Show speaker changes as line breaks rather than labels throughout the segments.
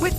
With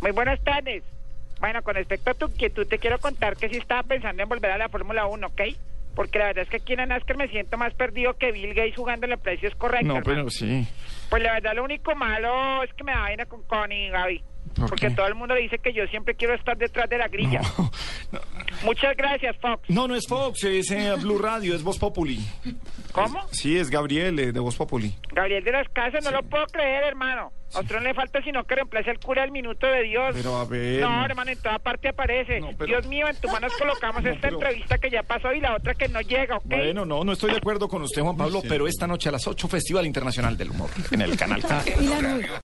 Muy buenas tardes. Bueno, con respecto a tu inquietud, te quiero contar que sí estaba pensando en volver a la Fórmula 1, ¿ok? Porque la verdad es que aquí en la NASCAR me siento más perdido que Bill Gates jugando en los precios correctos.
No,
hermano.
pero sí.
Pues la verdad, lo único malo es que me da vaina con Connie, Gaby.
¿Por
Porque
qué?
todo el mundo le dice que yo siempre quiero estar detrás de la grilla. Muchas gracias, Fox.
No, no es Fox, es eh, Blue Radio, es Voz Populi.
¿Cómo?
Sí, es Gabriel eh, de Voz Populi.
Gabriel de las Casas, no lo puedo creer, hermano. A otro no le falta sino que reemplace el cura al minuto de Dios.
Pero a ver,
No,
no.
hermano, en toda parte aparece.
No, pero-
Dios mío, en tus manos colocamos
No,
esta
pero-
entrevista que ya pasó y la otra que no llega, ¿ok?
Bueno, no, no estoy de acuerdo con usted, Juan Pablo, pero esta noche a las 8, Festival Internacional del Humor, en el canal K.